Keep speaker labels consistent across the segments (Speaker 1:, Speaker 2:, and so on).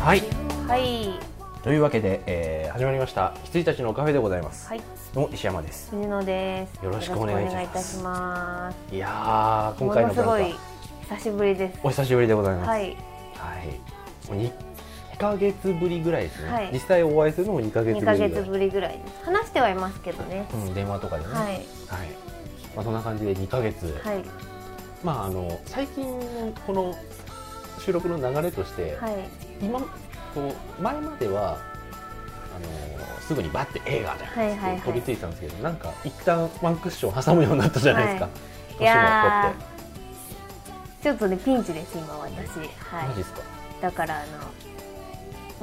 Speaker 1: はい
Speaker 2: はい、
Speaker 1: というわけで、えー始まりました羊たちのカフェでございます、
Speaker 2: はい、
Speaker 1: どうも石山です
Speaker 2: 藤野です。
Speaker 1: よろしくお願いいたします
Speaker 2: よろくお願いいたします
Speaker 1: いやー今回の
Speaker 2: ものすご
Speaker 1: なん
Speaker 2: い
Speaker 1: か
Speaker 2: 久しぶりです。
Speaker 1: お久しぶりでございます、
Speaker 2: はいい、
Speaker 1: はい、もうに2ヶ月ぶりぐらいですね、
Speaker 2: はい
Speaker 1: 実際お会いするのも2ヶ月ぶり
Speaker 2: 二
Speaker 1: ぐら
Speaker 2: ヶ
Speaker 1: い
Speaker 2: 月ぶりぐらいです。話してはいますけどね。
Speaker 1: うん、電話とかでね
Speaker 2: はい、
Speaker 1: はいまあ、そんな感じで2ヶ月、
Speaker 2: はい、
Speaker 1: まああの最近のこの収録の流れとして、
Speaker 2: はい、
Speaker 1: 今こう前まではあのすぐにバッて映画だ
Speaker 2: はいは
Speaker 1: よ
Speaker 2: いはい
Speaker 1: って飛びついてたんですけど、なんか一旦ワンクッション挟むようになったじゃないですか、
Speaker 2: はい
Speaker 1: 年
Speaker 2: い
Speaker 1: もこう
Speaker 2: や
Speaker 1: やって
Speaker 2: ちょっとねピンチです今私。は
Speaker 1: マジ
Speaker 2: い、
Speaker 1: ですか
Speaker 2: だからあの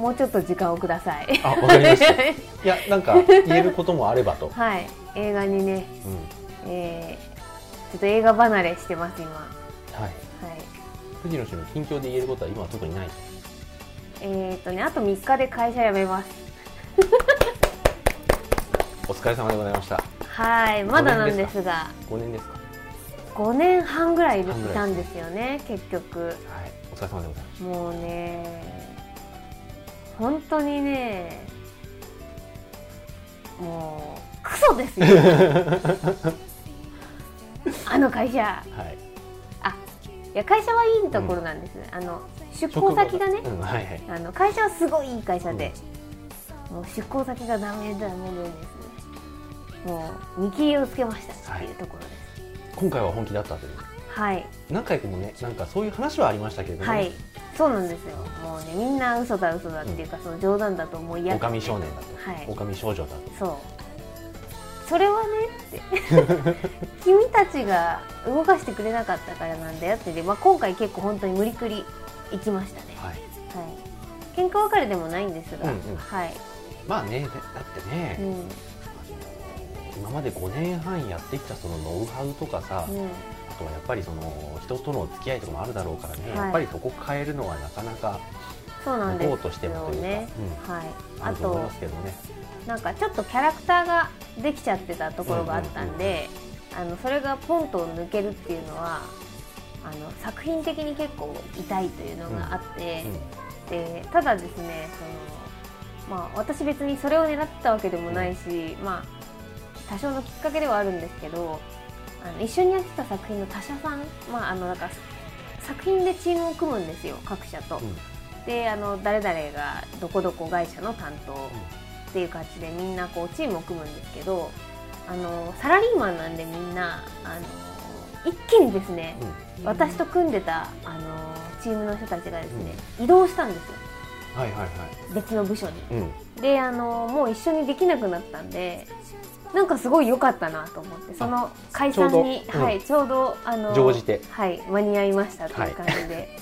Speaker 2: もうちょっと時間をください。
Speaker 1: あわかりました
Speaker 2: はい
Speaker 1: いやなんか言えることもあればと、
Speaker 2: はい、映画にね、
Speaker 1: うん
Speaker 2: えー、ちょっと映画離れしてます今。は
Speaker 1: はい、
Speaker 2: い。
Speaker 1: 藤野氏の近況で言えることは今は特にない
Speaker 2: えっ、ー、とねあと三日で会社辞めます。
Speaker 1: お疲れ様でございました
Speaker 2: はい、まだなんですが。
Speaker 1: 5年ですか
Speaker 2: 5年半ぐらいい
Speaker 1: 半ぐらい
Speaker 2: たんですよね結局
Speaker 1: はいお疲れ様でございまし
Speaker 2: もうね本当にねもうクソ ですよあの会社
Speaker 1: たはい
Speaker 2: あいや会社はいいところなんです、あの出向先がね
Speaker 1: 職場うんはいはい
Speaker 2: あの会社はすごいいい会社で、もう出向先がダメダメなんですもう見切りをつけましたっていうところです
Speaker 1: 今回は本気だったという
Speaker 2: はい
Speaker 1: 何回かもねなんかそういう話はありましたけれども、
Speaker 2: はい、そうなんですよ。もうね、みんな嘘だ嘘だっていうか、その冗談だと思いや
Speaker 1: 狼少年だと、
Speaker 2: はい
Speaker 1: 狼少女だと
Speaker 2: そう。それはねって 君たちが動かしてくれなかったからなんだよってで、まあ、今回結構本当に無理くり行きましたね、
Speaker 1: はい
Speaker 2: はい、喧嘩別れでもないんですが、
Speaker 1: うんうん
Speaker 2: はい、
Speaker 1: まあねだだってね、
Speaker 2: うん
Speaker 1: 今まで5年半やってきたそのノウハウとかさ、
Speaker 2: うん、
Speaker 1: あとはやっぱりその人との付き合いとかもあるだろうからね、
Speaker 2: はい
Speaker 1: やっぱりそこ変えるのはなかなか
Speaker 2: そうなんです
Speaker 1: 向
Speaker 2: よ
Speaker 1: こうとしてもというか、
Speaker 2: ね、
Speaker 1: う
Speaker 2: はい、
Speaker 1: ん、あ
Speaker 2: あ
Speaker 1: ると思い
Speaker 2: と
Speaker 1: ますけどね
Speaker 2: なんかちょっとキャラクターができちゃってたところがあったんで、あのそれがポンと抜けるっていうのはあの作品的に結構痛いというのがあって、でただですねその、まあ、私別にそれを狙ってたわけでもないし、まあ、多少のきっかけではあるんですけどあの一緒にやってた作品の他社さん、まあ、あのなんか作品でチームを組むんですよ各社と。
Speaker 1: うんうん
Speaker 2: であの誰々がどこどこ会社の担当っていう感じでみんなこうチームを組むんですけどあのサラリーマンなんでみんなあの一気にですね
Speaker 1: うん
Speaker 2: 私と組んでたあのチームの人たちがですね移動したんですよ
Speaker 1: はいはいはい
Speaker 2: 別の部署に。
Speaker 1: うん
Speaker 2: であのもう一緒にできなくなったんでなんかすごい良かったなと思ってその解散に
Speaker 1: ちょうど
Speaker 2: はい、ちょうどあの
Speaker 1: 乗じて
Speaker 2: はい、間に合いましたという感じで。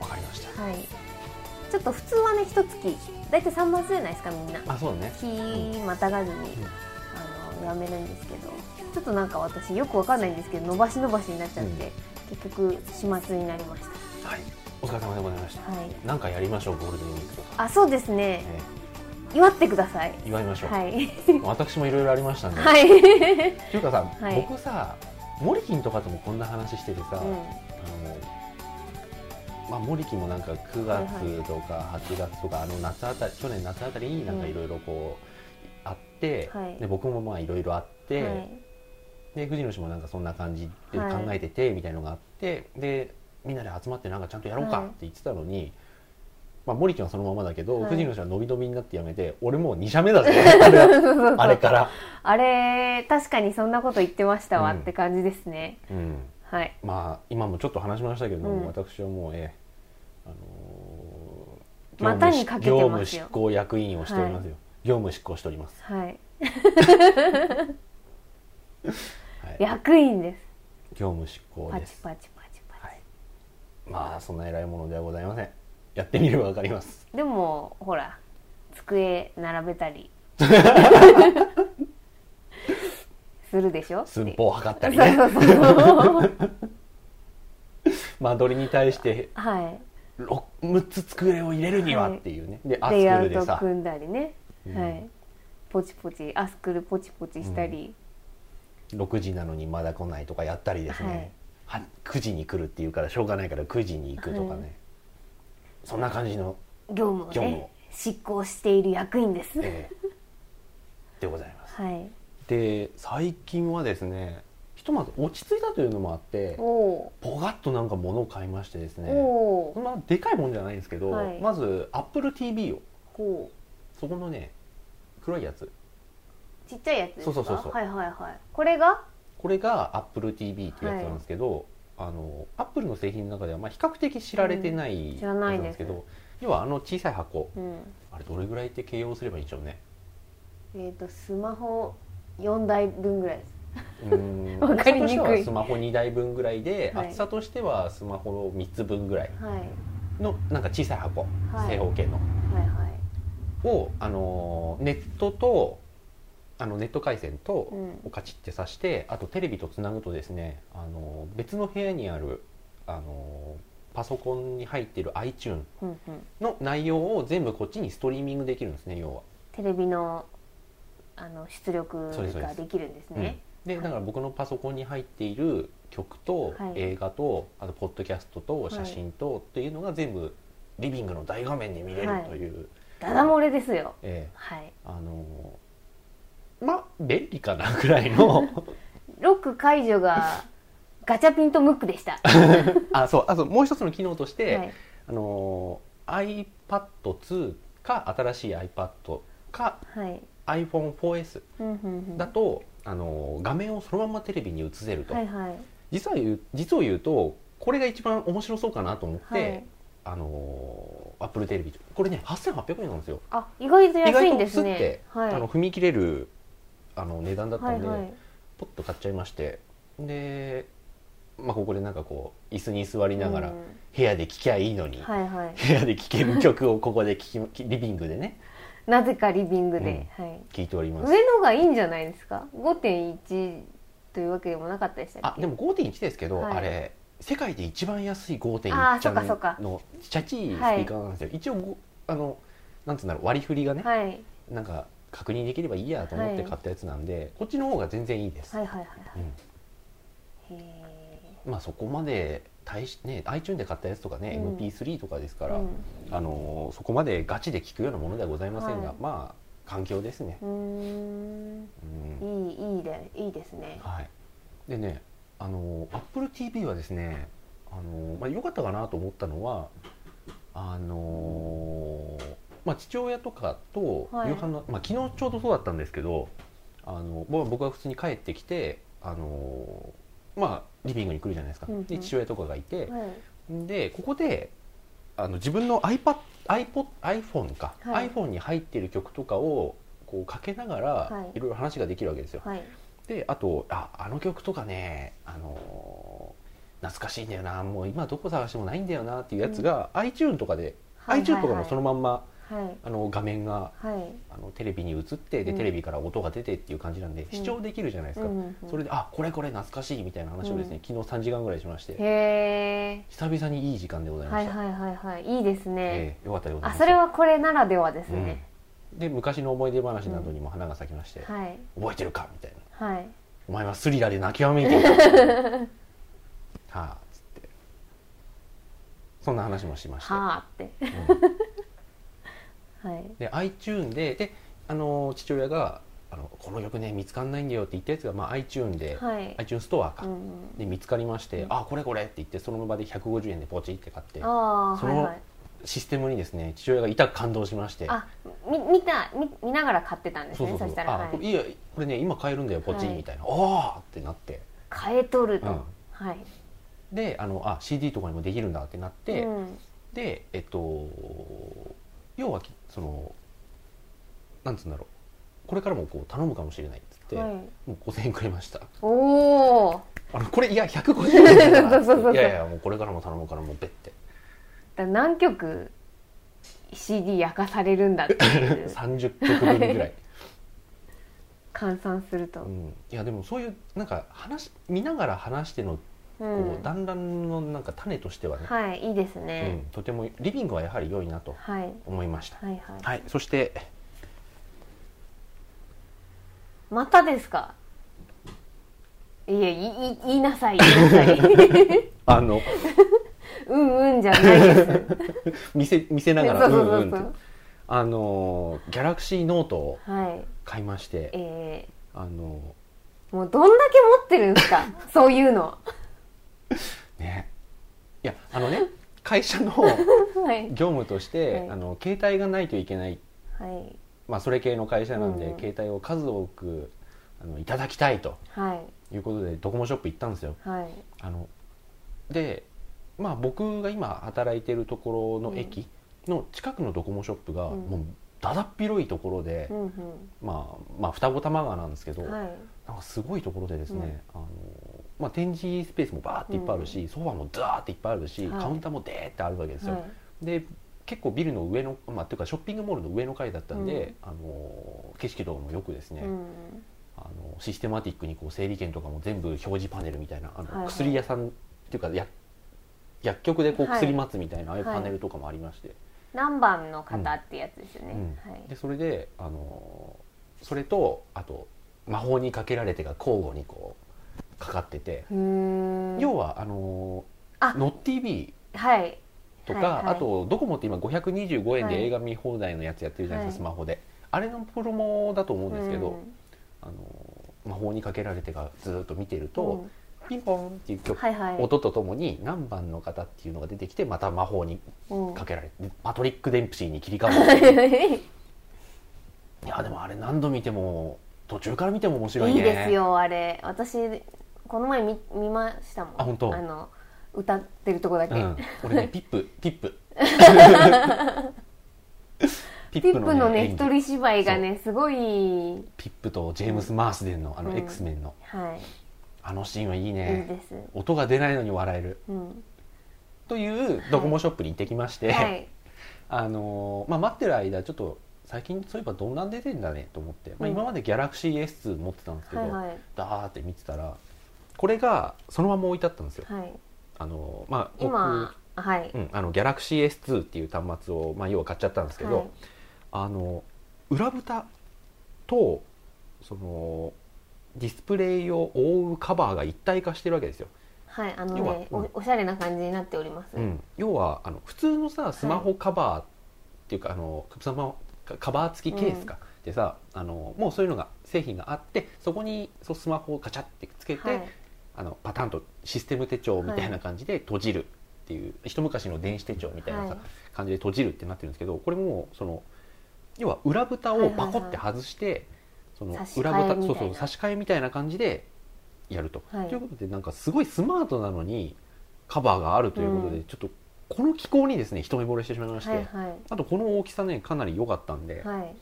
Speaker 1: わかりました
Speaker 2: はい、ちょっと普通はね一月大体3万じゃないですかみんな
Speaker 1: あそうだね
Speaker 2: 日またがずに、あのやめるんですけどちょっとなんか私よくわかんないんですけど伸ばし伸ばしになっちゃって、結局始末になりまし
Speaker 1: はいお疲れ様でございました
Speaker 2: たはい
Speaker 1: なんかやりましょうゴールデンウィークとか、
Speaker 2: あそうですね
Speaker 1: ね、
Speaker 2: 祝ってください
Speaker 1: 祝いましょう、
Speaker 2: はい
Speaker 1: 私もいろいろありましたんで、
Speaker 2: はい、
Speaker 1: っていうかさ、
Speaker 2: はい
Speaker 1: 僕さモリキンとかともこんな話しててさ、
Speaker 2: うん
Speaker 1: あのまあ、モリキンもなんか9月とか8月とか、あの夏あたり去年夏あたりになんかいろいろこう、あって、
Speaker 2: はい
Speaker 1: で僕もまあいろいろあって、
Speaker 2: はい
Speaker 1: で藤野氏もなんかそんな感じで考えててみたいのがあって、でみんなで集まってなんかちゃんとやろうか
Speaker 2: はい
Speaker 1: って言ってたのに、まあ、モリキンはそのままだけど、
Speaker 2: はい
Speaker 1: 藤野氏は伸び伸びになってやめて俺もう2社目だ ぜあれあれから、
Speaker 2: あれ確かにそんなこと言ってましたわって感じですね、
Speaker 1: うん、
Speaker 2: はい
Speaker 1: まあ今もちょっと話しましたけども、
Speaker 2: うん
Speaker 1: 私はもうええあのー
Speaker 2: またにかけてますよ
Speaker 1: 業務執行役員をしておりますよ、業務執行しております、
Speaker 2: はい
Speaker 1: はい、
Speaker 2: 役員です
Speaker 1: 業務執行
Speaker 2: パ
Speaker 1: で
Speaker 2: チ
Speaker 1: す
Speaker 2: パチパチパチ、
Speaker 1: はい、まあそんな偉いものではございませんやってみればわかります
Speaker 2: でもほら机並べた りするでしょ
Speaker 1: 寸法を測ったり
Speaker 2: そう
Speaker 1: ね
Speaker 2: そうそう
Speaker 1: 間取りに対して
Speaker 2: はい
Speaker 1: ろ6つ机を入れるにはっていうね、でアスク
Speaker 2: レイア
Speaker 1: ール
Speaker 2: ウ
Speaker 1: で
Speaker 2: ト
Speaker 1: さ
Speaker 2: 組んだりね、
Speaker 1: うん
Speaker 2: はいポチポチアスクルポチポチしたり、
Speaker 1: 6時なのにまだ来ないとかやったりですね、は9時に来るっていうからしょうがないから9時に行くとかね、そんな感じの、
Speaker 2: 業務を
Speaker 1: 業務
Speaker 2: ね
Speaker 1: を
Speaker 2: 執行している役員です、
Speaker 1: えーでございます
Speaker 2: はい
Speaker 1: で最近はですねひとまず落ち着いたというのもあって
Speaker 2: おお
Speaker 1: ポガッとなんか物を買いましてです
Speaker 2: ー、
Speaker 1: ね
Speaker 2: お
Speaker 1: そんなでかいもんじゃないんですけど、
Speaker 2: はい
Speaker 1: まず AppleTV を
Speaker 2: こ
Speaker 1: そこのね黒いやつ
Speaker 2: うちっちゃいやつですか
Speaker 1: そうそうそうそう
Speaker 2: はいはいはいこれが
Speaker 1: これが AppleTV っていうやつなんですけど、あの Apple の製品の中ではまあ比較的知られてない
Speaker 2: ん
Speaker 1: や
Speaker 2: 知
Speaker 1: つ
Speaker 2: らない
Speaker 1: なん
Speaker 2: で
Speaker 1: です
Speaker 2: す
Speaker 1: けど、要はあの小さい箱
Speaker 2: うん
Speaker 1: あれどれぐらいって形容すればいいんでしょう ね
Speaker 2: えっ、とスマホ4台分ぐらいです
Speaker 1: うーん
Speaker 2: わかりにくい
Speaker 1: 大きさとしてはスマホ2台分ぐらいで、
Speaker 2: はい
Speaker 1: 厚さとしてはスマホ3つ分ぐらい
Speaker 2: はい
Speaker 1: のなんか小さい箱、
Speaker 2: は
Speaker 1: 正
Speaker 2: い
Speaker 1: 方形の
Speaker 2: はいはい
Speaker 1: を、あのーネットとあのネット回線と、
Speaker 2: うん
Speaker 1: をカチッて挿してあとテレビとつなぐとですね、あのー別の部屋にある、あのーパソコンに入っている iTune
Speaker 2: うんうん
Speaker 1: の内容を全部こっちにストリーミングできるんですね要は。
Speaker 2: テレビのあの出力
Speaker 1: そうですそうで
Speaker 2: が
Speaker 1: す
Speaker 2: できるんです
Speaker 1: うん
Speaker 2: ね
Speaker 1: でだから僕のパソコンに入っている曲と
Speaker 2: はい
Speaker 1: 映画とあとポッドキャストと写真とっていうのが全部リビングの大画面に見れるという、
Speaker 2: ダダ漏れですよ
Speaker 1: え
Speaker 2: はい
Speaker 1: ーあのーまあ便利かなぐらいの
Speaker 2: ロック解除がガチャピンとムックでした
Speaker 1: あそうあともう一つの機能として、
Speaker 2: はい
Speaker 1: あのー iPad2 か新しい iPad か
Speaker 2: はい
Speaker 1: iPhone4S
Speaker 2: うんうんうん
Speaker 1: だと、あのー画面をそのままテレビに映せると、
Speaker 2: はいはい
Speaker 1: 実は言う実を言うとこれが一番面白そうかなと思って、
Speaker 2: はい
Speaker 1: あのー、アップルテレビこれね8800円なんですよ
Speaker 2: あ意外と安いんです
Speaker 1: 意外とス
Speaker 2: ね
Speaker 1: ッて、
Speaker 2: はい
Speaker 1: あの踏み切れるあの値段だった
Speaker 2: はい
Speaker 1: んで、
Speaker 2: はい
Speaker 1: ポッと買っちゃいましてで、まあ、ここでなんかこう椅子に座りながら
Speaker 2: うん
Speaker 1: 部屋で聴きゃいいのに、
Speaker 2: はいはい
Speaker 1: 部屋で聴ける曲をここで聴きリビングでね
Speaker 2: なぜかリビングで、はい
Speaker 1: 聴いております
Speaker 2: 上のがいいんじゃないですか5.1というわけでもなかったでしたっけ
Speaker 1: あでも5.1ですけど、
Speaker 2: はい
Speaker 1: あれ世界で一番安い
Speaker 2: あ
Speaker 1: 5.1
Speaker 2: ー
Speaker 1: チ
Speaker 2: そっかそっ
Speaker 1: ャ
Speaker 2: か
Speaker 1: ンのちゃちいスピーカーなんですよ、一応ごあのなんつうんだろう割り振りがね、
Speaker 2: はい、はい
Speaker 1: なんか確認できればいいやと思って買ったやつなんで、こっちの方が全然いいです、
Speaker 2: はいはいはいへ
Speaker 1: うん、まあそこまで大しね iTunes で買ったやつとかね、
Speaker 2: うん
Speaker 1: MP3 とかですか
Speaker 2: え
Speaker 1: ら、あのーそこまでガチで聞くようなものではございませんが、
Speaker 2: はい
Speaker 1: まあ環境ですね、
Speaker 2: うんう
Speaker 1: うん
Speaker 2: ーんいいいいでいいですね
Speaker 1: はい、でねあの AppleTV はですねあの、まあ、良かったかなと思ったのはあの、まあ、父親とかと
Speaker 2: はい
Speaker 1: 夕飯の、まあ、昨日ちょうどそうだったんですけどあのまあ僕は普通に帰ってきてあの、まあ、リビングに来るじゃないですか、
Speaker 2: うんうん
Speaker 1: で父親とかがいて、
Speaker 2: はい
Speaker 1: でここであの自分の iPad iPod iPhone か、
Speaker 2: はい
Speaker 1: iPhone に入っている曲とかをこうかけながら、
Speaker 2: はい
Speaker 1: いろいろ話ができるわけですよ。
Speaker 2: はい
Speaker 1: であとああの曲とかねあのー懐かしいんだよなもう今どこ探してもないんだよなっていうやつが、iTune とかで、
Speaker 2: はい
Speaker 1: iTune とかもそのまんま
Speaker 2: はい
Speaker 1: あの画面が
Speaker 2: はいはい
Speaker 1: あのテレビに映ってで、
Speaker 2: うん
Speaker 1: テレビから音が出てっていう感じなんで、視聴できるじゃないですか、
Speaker 2: うんうんうん
Speaker 1: それであこれこれ懐かしいみたいな話をですね、昨日3時間ぐらいしまして
Speaker 2: へ
Speaker 1: 久々にいい時間でござ
Speaker 2: え
Speaker 1: いま
Speaker 2: は
Speaker 1: し
Speaker 2: い
Speaker 1: た、
Speaker 2: はいはいはいいいですね、
Speaker 1: ええよかったよかっ
Speaker 2: あ
Speaker 1: た
Speaker 2: それはこれならではですね、
Speaker 1: で昔の思い出話などにも花が咲きまして、
Speaker 2: はい
Speaker 1: 覚えてるかみたいな
Speaker 2: はい
Speaker 1: お前はスリラーで泣きわめいていたはあつってそんな話もしました、
Speaker 2: はあって
Speaker 1: うん
Speaker 2: はい
Speaker 1: で iTune でであのー父親があの「この曲ね見つかんないんだよ」って言ったやつが、まあ、iTune で、
Speaker 2: はい
Speaker 1: iTune ストアか、
Speaker 2: うんうん
Speaker 1: で見つかりまして「
Speaker 2: うん
Speaker 1: あこれこれ」って言ってその場で150円でポチって買って
Speaker 2: ああ
Speaker 1: そ
Speaker 2: はい
Speaker 1: の
Speaker 2: はい
Speaker 1: システムにですね父親が痛く感動しまして
Speaker 2: あみ見た見見ながら買ってたんです
Speaker 1: そう
Speaker 2: ね
Speaker 1: そ
Speaker 2: そう
Speaker 1: そう
Speaker 2: したら、
Speaker 1: あ、
Speaker 2: はい
Speaker 1: これいいよこれね今買えるんだよポチ
Speaker 2: はい
Speaker 1: みたいな「おーってなって
Speaker 2: 変えとると、
Speaker 1: うん
Speaker 2: はい
Speaker 1: であのあ CD とかにもできるんだってなって、
Speaker 2: うん
Speaker 1: でえっと要はきそのなんつうんだろうこれからもこう頼むかもしれないっつって、
Speaker 2: はい、
Speaker 1: もう5000円くれました
Speaker 2: おお
Speaker 1: あのこれいや150円だから
Speaker 2: そうそうそうそう
Speaker 1: いやいやもうこれからも頼むからもうべって
Speaker 2: だ何曲 CD 焼かされるんだって いう
Speaker 1: 30曲分ぐら、
Speaker 2: はい換算する
Speaker 1: う
Speaker 2: と、
Speaker 1: ん、いやでもそういうなんか話見ながら話しての
Speaker 2: う
Speaker 1: こう、
Speaker 2: ん、
Speaker 1: 団らんのなんか種としてはね、
Speaker 2: はいいいです
Speaker 1: うん
Speaker 2: ね、、
Speaker 1: とてもリビングはやはり良いなと
Speaker 2: はい
Speaker 1: 思いました、
Speaker 2: はいはい
Speaker 1: はい、そして
Speaker 2: またですか いやいい言いなさい言いなさい
Speaker 1: あの
Speaker 2: うんうんじゃないです。
Speaker 1: 見せ見せなが
Speaker 2: そ
Speaker 1: ら
Speaker 2: う
Speaker 1: う
Speaker 2: そうんそううんそ
Speaker 1: っ
Speaker 2: う
Speaker 1: てあのギャラクシーノートを
Speaker 2: はい。
Speaker 1: 買いまして
Speaker 2: え
Speaker 1: あの
Speaker 2: ー、もうどんだけ持ってるんで すかそういうの。
Speaker 1: ねいやあの ね会社の
Speaker 2: はい。
Speaker 1: 業務として、
Speaker 2: はい
Speaker 1: あの携帯がないといけない、
Speaker 2: はい。
Speaker 1: まあ、それ系の会社なんで、
Speaker 2: うんうん
Speaker 1: 携帯を数多くあのいただきたいと
Speaker 2: はい。
Speaker 1: いうことでドコモショップ行ったんですよ。
Speaker 2: はい。
Speaker 1: あのでまあ僕が今働いてるところの駅の近くのドコモショップが、
Speaker 2: うん
Speaker 1: もうだだっ広いところで、
Speaker 2: うん
Speaker 1: まあ、まあ双子玉川なんですけ
Speaker 2: う
Speaker 1: ど、
Speaker 2: ん。はい。
Speaker 1: なんかすごいところでですね、あのまあ、展示スペースもバーっていっぱいあるし、ソファーもザーっていっぱいあるし、
Speaker 2: はい
Speaker 1: カウンターもデーってあるわけですよ。
Speaker 2: はい。
Speaker 1: で結構ビルの上の、まあ、というかショッピングモールの上の階だったんで、あの景色とかもよくですね、
Speaker 2: うん。
Speaker 1: あのシステマティックにこう整理券とかも全部表示パネルみたいなあの、
Speaker 2: はいはい
Speaker 1: 薬屋さんっていうか薬薬局でこう
Speaker 2: はい
Speaker 1: 薬待つみたいな、ああいう
Speaker 2: はい
Speaker 1: パネルとかもありまして、
Speaker 2: 何番の方ってやつですよね。
Speaker 1: うん
Speaker 2: はい。
Speaker 1: でそれであのそれとあと「魔法にかけられて」が交互にこうかかってて、
Speaker 2: うーん。
Speaker 1: 要はあの
Speaker 2: あ
Speaker 1: ノッ TV
Speaker 2: はい。
Speaker 1: とか、
Speaker 2: はいは
Speaker 1: あ
Speaker 2: い
Speaker 1: とドコモって今525円
Speaker 2: は
Speaker 1: で
Speaker 2: い
Speaker 1: 映画見放題のやつやってるじゃないですか、
Speaker 2: は
Speaker 1: スマホであれのプロモだと思うんですけど、
Speaker 2: うん
Speaker 1: あの魔法にかけられてがずっと見てると、ピンポンっていう
Speaker 2: うん
Speaker 1: 曲、
Speaker 2: はいはい。
Speaker 1: 音とともに何番の方っていうのが出てきてまた魔法に
Speaker 2: うん
Speaker 1: かけられてパトリック・デンプシーに切り替わ るいやでもあれ何度見ても途中から見ても面白い
Speaker 2: い
Speaker 1: ね
Speaker 2: いですよあれ私この前見見ましたもん
Speaker 1: あ本当
Speaker 2: の歌ってるとこだけ、
Speaker 1: うん、俺ねピップピッ プピ
Speaker 2: ピップのね
Speaker 1: 演技
Speaker 2: 一人芝居がねすごい
Speaker 1: ピップとジェームス・マースデンのあ
Speaker 2: う
Speaker 1: の
Speaker 2: ん
Speaker 1: X メンの、
Speaker 2: は
Speaker 1: あのシーンはいい
Speaker 2: い、いい
Speaker 1: ね
Speaker 2: です、
Speaker 1: 音が出ないのに笑える
Speaker 2: うん、
Speaker 1: というドコモショップに行ってきまして、
Speaker 2: はい
Speaker 1: あのーまあ、待ってる間ちょっと最近そういえばどんなん出てんだねと思って、まあ、
Speaker 2: うん
Speaker 1: 今までギャラクシー S2 持ってたんですけど、
Speaker 2: はいはい
Speaker 1: ダーって見てたらこれがそのまま置いてあったんですよ。
Speaker 2: はい
Speaker 1: あのーまあ、僕
Speaker 2: 今はい、
Speaker 1: うん、あのギャラクシー S2 っていう端末を、まあ、要は買っちゃったんですけど、
Speaker 2: はい
Speaker 1: あの裏蓋とそのディスプレイを覆うカバーが一体化してるわけですよ。
Speaker 2: はい、あの
Speaker 1: 要は
Speaker 2: ね
Speaker 1: うん
Speaker 2: おおしゃれな感じになっております、
Speaker 1: うん、要はあの普通のさスマホカバーっていうか、あのスマホカカバー付きケースか、でさあのもうそういうのが製品があってそこにそうスマホをガチャってつけて、
Speaker 2: はい
Speaker 1: あのパタンとシステム手帳みたいな感じで閉じるっていう、一昔の電子手帳みたいなさ、
Speaker 2: はい
Speaker 1: 感じで閉じるってなってるんですけどこれもうその要は裏蓋をパコって外して、
Speaker 2: 差し
Speaker 1: そ
Speaker 2: 替
Speaker 1: の
Speaker 2: え
Speaker 1: 裏
Speaker 2: みた
Speaker 1: 蓋
Speaker 2: いな
Speaker 1: そうそう差し替えみたいな感じでやると。
Speaker 2: はい
Speaker 1: ということでなんかすごいスマートなのにカバーがあるということで、
Speaker 2: うん
Speaker 1: ちょっとこの機構にですね一目惚れしてしまいまして、
Speaker 2: はいは
Speaker 1: あとこの大きさねかなり良かったんで、
Speaker 2: いはい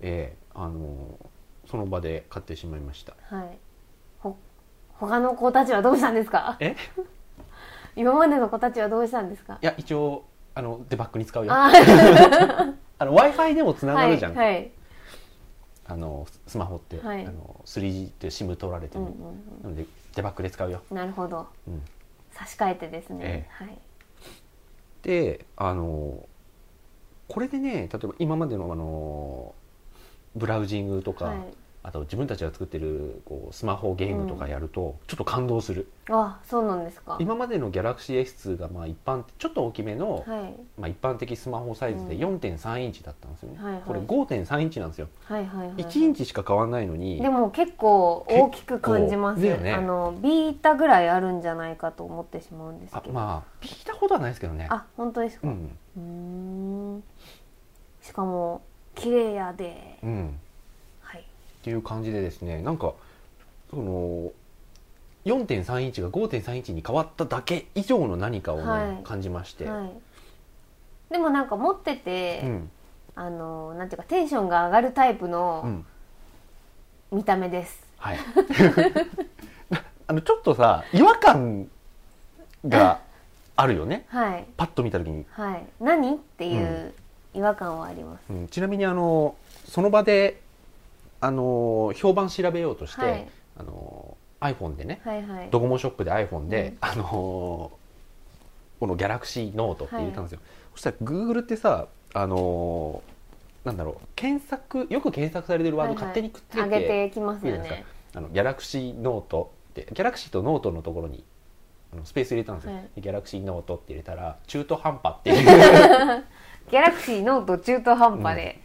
Speaker 1: ええあのーその場で買ってしまいました。
Speaker 2: はいほ他の子たちはどうしたんですか
Speaker 1: え
Speaker 2: 今までの子たちはどうしたんですか
Speaker 1: いや一応あのデバッグに使うよあ
Speaker 2: あー
Speaker 1: の w i f i でもつながるじゃん、
Speaker 2: はい、はい
Speaker 1: あのススマホって、
Speaker 2: はい
Speaker 1: あの 3G って SIM 取られて
Speaker 2: うんう
Speaker 1: も、
Speaker 2: んうん
Speaker 1: なのでデバッグで使うよ、
Speaker 2: なるほど
Speaker 1: うん、
Speaker 2: 差し替えてですね
Speaker 1: え、
Speaker 2: はい
Speaker 1: であのこれでね例えば今までのあのブラウジングとか、
Speaker 2: はい
Speaker 1: あと自分たちが作ってるこうスマホゲームとかやるとちょっと感動する、
Speaker 2: あそうなんですか
Speaker 1: 今までの GalaxyS2 がまあ一般ちょっと大きめの、
Speaker 2: はい
Speaker 1: まあ、一般的スマホサイズで
Speaker 2: う
Speaker 1: 4.3インチだったんですよね、
Speaker 2: はいはい
Speaker 1: これ5.3インチなんですよ
Speaker 2: はいはいはい
Speaker 1: 1インチしか変わらないのに
Speaker 2: でも結構大きく感じます
Speaker 1: 結構だよね
Speaker 2: あのビータぐらいあるんじゃないかと思ってしまうんです
Speaker 1: あ
Speaker 2: けどあ,、
Speaker 1: まあ聞いたことはないですけどね
Speaker 2: 本当です
Speaker 1: う
Speaker 2: かうんーんしかも綺麗やで、
Speaker 1: うん
Speaker 2: はい
Speaker 1: っていう感じでですねなんかその4.3インチが5.3インチに変わっただけ以上の何かを、ね
Speaker 2: はい
Speaker 1: 感じまして、
Speaker 2: はいでもなんか持ってて、
Speaker 1: うん
Speaker 2: あのなんていうかテンションが上がるタイプ
Speaker 1: う
Speaker 2: の
Speaker 1: ん
Speaker 2: 見た目です、
Speaker 1: はい あのちょっとさ違和感があるよね
Speaker 2: はい
Speaker 1: パッと見た時に、
Speaker 2: はい何っていう違和感はあります、
Speaker 1: うん、ちなみにあのその場であの評判調べようとして、
Speaker 2: はい
Speaker 1: あの iPhone でね
Speaker 2: はいはい
Speaker 1: ドコモショップで iPhone で、
Speaker 2: うん
Speaker 1: あのーこの Galaxy ノートって入れたんですよ、そしたら Google ってさあのーなんだろう検索よく検索されてるワード
Speaker 2: はいはい
Speaker 1: 勝手にくっつけて,、
Speaker 2: 上げてきますよね
Speaker 1: あの Galaxy ノートって Galaxy とノートのところにあのスペース入れたんですよ、
Speaker 2: はい
Speaker 1: でギャラクシーノートって入れたら中途半端っていう
Speaker 2: ギャラクシーノート中途半端で、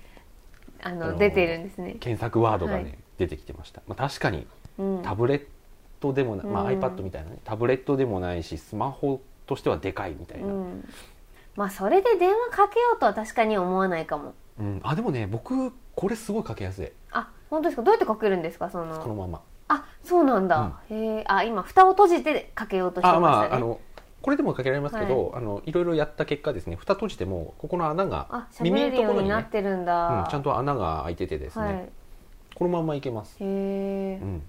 Speaker 2: あの
Speaker 1: あのー
Speaker 2: 出てるんですね、
Speaker 1: 検索ワードがね、
Speaker 2: はい
Speaker 1: 出てきてました、まあ、確かに
Speaker 2: うん、
Speaker 1: タブレットでもな、まあ、
Speaker 2: うん
Speaker 1: iPad みたいなねタブレットでもないしスマホとしてはでかいみたいな、
Speaker 2: う
Speaker 1: うん
Speaker 2: ん、まあそれで電話かけようとは確かに思わないかも
Speaker 1: あでもね僕これすごいかけやすい
Speaker 2: あ本当ですかどうやってかけるんですかその
Speaker 1: このまま
Speaker 2: あそうなんだ、へえあ今蓋を閉じてかけようとして
Speaker 1: あ
Speaker 2: ま
Speaker 1: ま
Speaker 2: したね
Speaker 1: ああのこれでもかけられますけど、い、あのいろいろやった結果ですね蓋閉じてもここの穴が
Speaker 2: あ喋
Speaker 1: 耳
Speaker 2: れ
Speaker 1: の
Speaker 2: る
Speaker 1: と
Speaker 2: よ
Speaker 1: ころ
Speaker 2: うに
Speaker 1: に、
Speaker 2: な
Speaker 1: ね
Speaker 2: ってるん
Speaker 1: う
Speaker 2: だ、
Speaker 1: ん、ちゃんと穴が開いててですね、
Speaker 2: はい
Speaker 1: このまんまいけます、
Speaker 2: へえ
Speaker 1: うん、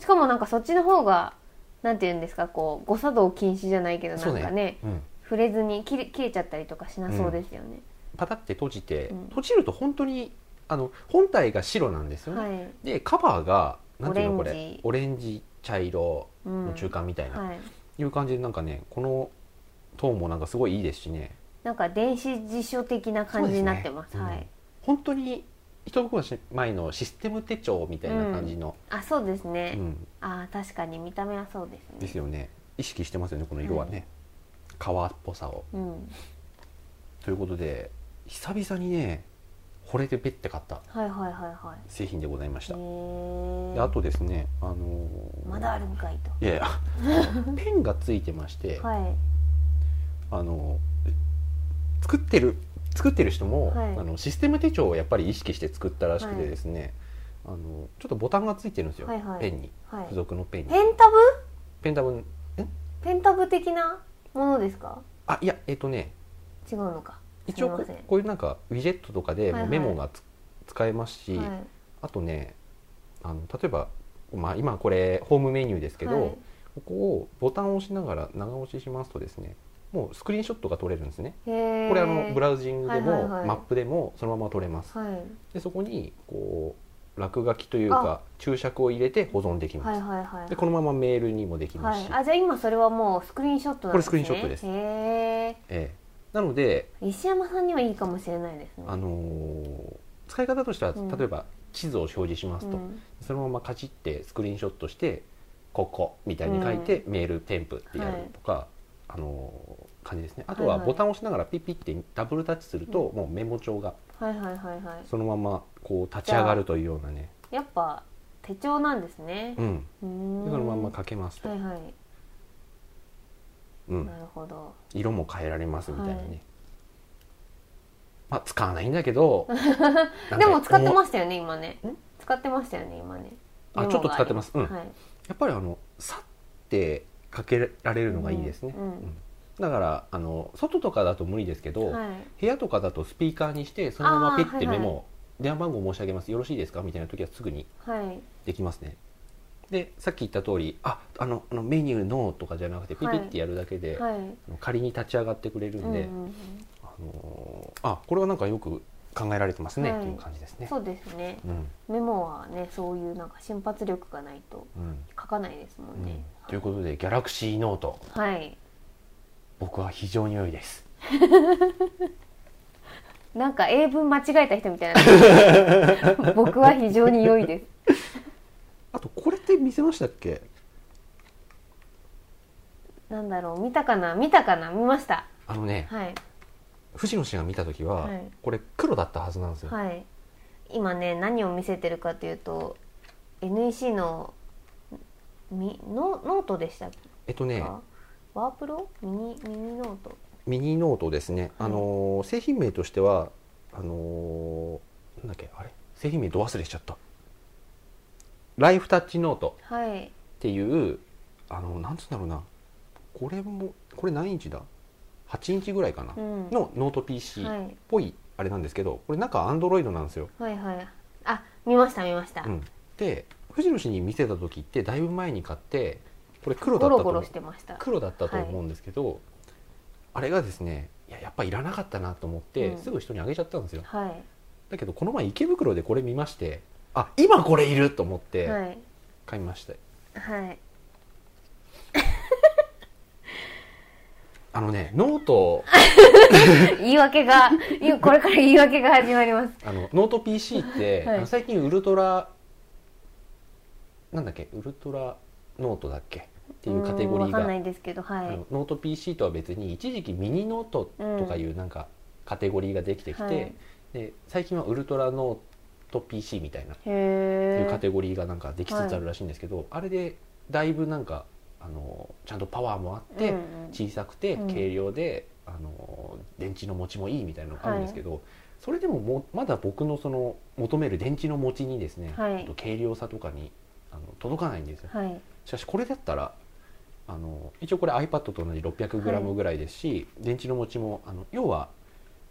Speaker 2: しかもなんかそっちの方がなんて言うんですかこう誤作動禁止じゃないけどなん
Speaker 1: そうね
Speaker 2: かね
Speaker 1: うん、
Speaker 2: 触れずに切れ切れちゃったりとかしなそうですよね、
Speaker 1: パタって閉じて、
Speaker 2: うん
Speaker 1: 閉じると本当にあの本体が白なんですよね、
Speaker 2: はい、
Speaker 1: でカバーがなんていうのこれ
Speaker 2: オ
Speaker 1: オ
Speaker 2: レン
Speaker 1: レ
Speaker 2: ジ
Speaker 1: ンジ茶色
Speaker 2: うん、
Speaker 1: の中間みたいな、
Speaker 2: はい
Speaker 1: い、う感じでなんかねこのトーンもなんかすごいいいですしね
Speaker 2: なんか電子辞書的な感じになってます
Speaker 1: そうで
Speaker 2: は
Speaker 1: ね
Speaker 2: い、
Speaker 1: うん本当に一昔前のシステム手帳みたいな感じの、
Speaker 2: あそうです
Speaker 1: う
Speaker 2: ね、
Speaker 1: ん
Speaker 2: あー確かに見た目はそうですね
Speaker 1: ですよね意識してますよねこの色はね、革っぽさを
Speaker 2: うん
Speaker 1: ということで久々にね惚れてペッて買った
Speaker 2: はいはいはいはい
Speaker 1: 製品でございました、
Speaker 2: へ
Speaker 1: で
Speaker 2: え
Speaker 1: あとですねあのー
Speaker 2: まだあるんかい
Speaker 1: いやい やあのペンがついてまして、
Speaker 2: とはい
Speaker 1: あの作ってる作ってる人も、
Speaker 2: はい
Speaker 1: あのシステム手帳をやっぱり意識して作ったらしくてですね、あのちょっとボタンがついてるんですよ、
Speaker 2: はいはい
Speaker 1: ペンに
Speaker 2: はい
Speaker 1: 付属のペンに、
Speaker 2: ペンタブ
Speaker 1: ペンタブ
Speaker 2: ペンタブ的なものですか
Speaker 1: あいやえっ、とね
Speaker 2: 違うのか
Speaker 1: 一応こ
Speaker 2: すいません
Speaker 1: こういうなんかウィジェットとかで
Speaker 2: はいはい
Speaker 1: メモがつ、使えますし、
Speaker 2: はい
Speaker 1: あとねあの例えば、まあ、今これホームメニューですけど、
Speaker 2: はい
Speaker 1: ここをボタンを押しながら長押ししますとですねもうスクリーンショットが撮れるんですね。
Speaker 2: へ
Speaker 1: これあのブ
Speaker 2: ラ
Speaker 1: ラウジングでも、
Speaker 2: はいはいはい
Speaker 1: マップでもそのまま撮れます。
Speaker 2: はい
Speaker 1: でそこにこう落書きというか注釈を入れて保存できます、
Speaker 2: はいはいはい
Speaker 1: でこのままメールにもできますし、
Speaker 2: はい、あじゃあ今それはもうスクリーンショットなんで
Speaker 1: これ
Speaker 2: すね
Speaker 1: スクリーンショットです
Speaker 2: へえ
Speaker 1: ええなので、
Speaker 2: 石山さんにはいいかもしれないですね
Speaker 1: あのー使い方としては
Speaker 2: うん
Speaker 1: 例えば地図を表示しますと、
Speaker 2: うん
Speaker 1: そのままカチッてスクリーンショットして「ここ」みたいに書いて、メール添付ってやるとか、あのー感じですねあと
Speaker 2: はい
Speaker 1: は
Speaker 2: はい
Speaker 1: ボタンを押しながらピッピッてダブルタッチすると、もうメモ帳が
Speaker 2: はいはいはいは
Speaker 1: そのままこう立ち上がるというようなね、
Speaker 2: いやっぱ手帳なんですね
Speaker 1: うん、
Speaker 2: うー
Speaker 1: で
Speaker 2: ん
Speaker 1: そのまま書けますと、
Speaker 2: はいはい
Speaker 1: うん、
Speaker 2: なるほど
Speaker 1: 色も変えられますみたいなね、
Speaker 2: はい
Speaker 1: まあ使わないんだけど
Speaker 2: でも使って
Speaker 1: す
Speaker 2: ましたよね今ね
Speaker 1: ん
Speaker 2: 使ってましたよね今ね
Speaker 1: あちょっと使ってますうん
Speaker 2: はい
Speaker 1: やっぱりあのさってかけられるのがいいですね、
Speaker 2: うんうん
Speaker 1: だからあの外とかだと無理ですけど、
Speaker 2: はい
Speaker 1: 部屋とかだとスピーカーにしてそのままピッて
Speaker 2: あーは
Speaker 1: メ
Speaker 2: い
Speaker 1: モ、電話番号申し上げますよろしいですかみたいな時はすぐに
Speaker 2: はい
Speaker 1: できますねでさっき言った通りああのあのメニューのとかじゃなくてピピってやるだけで、
Speaker 2: は
Speaker 1: あ
Speaker 2: い
Speaker 1: の仮に立ち上がってくれるんで、
Speaker 2: うんうんうん
Speaker 1: あのーあこれはなんかよく考えられてますね、
Speaker 2: はい
Speaker 1: という感じですね。
Speaker 2: そうですね
Speaker 1: うん
Speaker 2: メモはねそういうなんか瞬発力がないと
Speaker 1: うん
Speaker 2: 書かないですも
Speaker 1: うん
Speaker 2: んね、
Speaker 1: ということでギャラクシーノート
Speaker 2: はい
Speaker 1: 僕は非常に良いです。
Speaker 2: なんか英文間違えた人みたい な僕は非常に良いです
Speaker 1: あとこれって見せましたっけ
Speaker 2: なんだろう見たかな見たかな見ました
Speaker 1: あのね
Speaker 2: はい
Speaker 1: 藤野氏が見た時は、
Speaker 2: はい
Speaker 1: これ黒だったはずなんですよ。
Speaker 2: はい今ね何を見せてるかというと NEC のみノノートでしたっけ
Speaker 1: えっとね
Speaker 2: かワープロミニミニノート
Speaker 1: ミニノートですね、
Speaker 2: はい
Speaker 1: あのー製品名としてはあのーなんだっけあれ製品名ど忘れしちゃった。ライフタッチノート
Speaker 2: はい
Speaker 1: っていうあのなんつうんだろうなこれもこれ何インチだ8インチぐらいかな、
Speaker 2: うん
Speaker 1: のノート PC っ
Speaker 2: はい
Speaker 1: ぽいあれなんですけどこれ中アンドロイドなんですよ、
Speaker 2: はいはいあ見ました見ました、
Speaker 1: うん、で藤野氏に見せた時ってだいぶ前に買ってこれ黒だ
Speaker 2: ゴ
Speaker 1: った
Speaker 2: ロ
Speaker 1: と
Speaker 2: ゴ
Speaker 1: 思
Speaker 2: ロ
Speaker 1: う
Speaker 2: してました
Speaker 1: 黒だったと思うんですけど、あれがですねいややっぱいらなかったなと思って、
Speaker 2: うん
Speaker 1: すぐ人にあげちゃったんですよ
Speaker 2: は
Speaker 1: だけどこの前池袋でこれ見ましてあ今これいると思っ
Speaker 2: いは
Speaker 1: て
Speaker 2: い
Speaker 1: 買いました、
Speaker 2: はい
Speaker 1: あのねノート
Speaker 2: 言い訳が言うこれから言い訳が始まります
Speaker 1: あのノート PC って、
Speaker 2: はい
Speaker 1: あの最近ウルトラなんだっけウルトラノートだっけていうカテゴリー
Speaker 2: わかんな
Speaker 1: が
Speaker 2: いですけど、は
Speaker 1: あ
Speaker 2: い
Speaker 1: の。ノート PC とは別に一時期ミニノートとかいうなんかカテゴリーができてきて、
Speaker 2: はい
Speaker 1: で最近はウルトラノート PC みたいな
Speaker 2: へ
Speaker 1: っていうカ
Speaker 2: え。
Speaker 1: テゴリーがなんかできつつあるらしいんですけど、あれでだいぶなんかあのちゃんとパワーもあって、
Speaker 2: うんうん
Speaker 1: 小さくて
Speaker 2: うん
Speaker 1: 軽量で、あの電池の持ちもいいみたいなのがあるんですけど、それでももうまだ僕のその求める電池の持ちにですね、
Speaker 2: はい
Speaker 1: あと軽量さとかにあの届かないんですよ。
Speaker 2: はい。
Speaker 1: しかしこれだったらあの一応これ iPad と同じ 600g ぐらいですし、電池の持ちもあの要は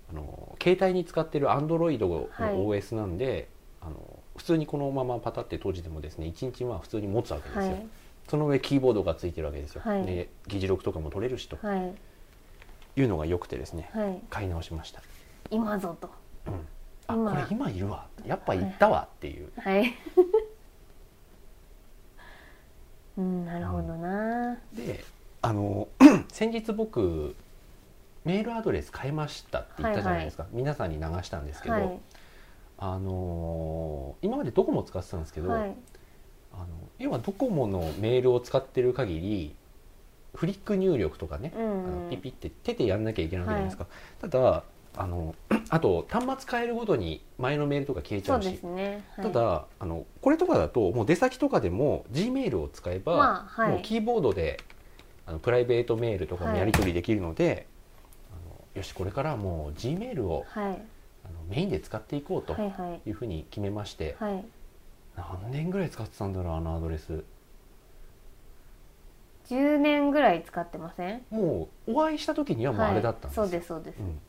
Speaker 1: あの携帯に使ってる Android の
Speaker 2: はい
Speaker 1: OS なんで、あの普通にこのままパタって閉じてもですね1日は普通に持つわけですよ、
Speaker 2: はい。
Speaker 1: その上キーボードがついてるわけですよ、
Speaker 2: はい
Speaker 1: で議事録とかも取れるしと
Speaker 2: はい。
Speaker 1: いうのが良くてですね
Speaker 2: はい。
Speaker 1: 買い直しました、
Speaker 2: 今ぞと。
Speaker 1: うんあ
Speaker 2: 今
Speaker 1: これ今いるわやっぱ行ったわっていう、
Speaker 2: はい。 うん、なるほどな。
Speaker 1: であの 先日僕メールアドレス変えましたって言ったじゃないですか、皆さんに流したんですけど、
Speaker 2: はい。
Speaker 1: あのー今までドコモ使ってたんですけど、
Speaker 2: はい。
Speaker 1: あの要はドコモのメールを使ってる限りフリック入力とかね、
Speaker 2: う
Speaker 1: あの
Speaker 2: ん。
Speaker 1: ピピって手でやんなきゃいけないわけじゃないですか、ただあの あと端末変えるごとに前のメールとか消えち
Speaker 2: そ
Speaker 1: ゃ
Speaker 2: う
Speaker 1: うし
Speaker 2: ですね。はい
Speaker 1: た、だあのこれとかだともう出先とかでも G メールを使えば、
Speaker 2: まあ、は
Speaker 1: もう
Speaker 2: い。
Speaker 1: キーボードであのプライベートメールとかもやり取りできるので、あのよしこれからはもう G メールを
Speaker 2: はい。
Speaker 1: あのメインで使っていこうと
Speaker 2: はい。はい。
Speaker 1: いうふうに決めまして、
Speaker 2: はい。
Speaker 1: 何年ぐらい使ってたんだろうあのアドレス
Speaker 2: 10年ぐらい使ってません
Speaker 1: もうお会いした時にはもうあれだったんです、
Speaker 2: はい、そうですそうです、
Speaker 1: うん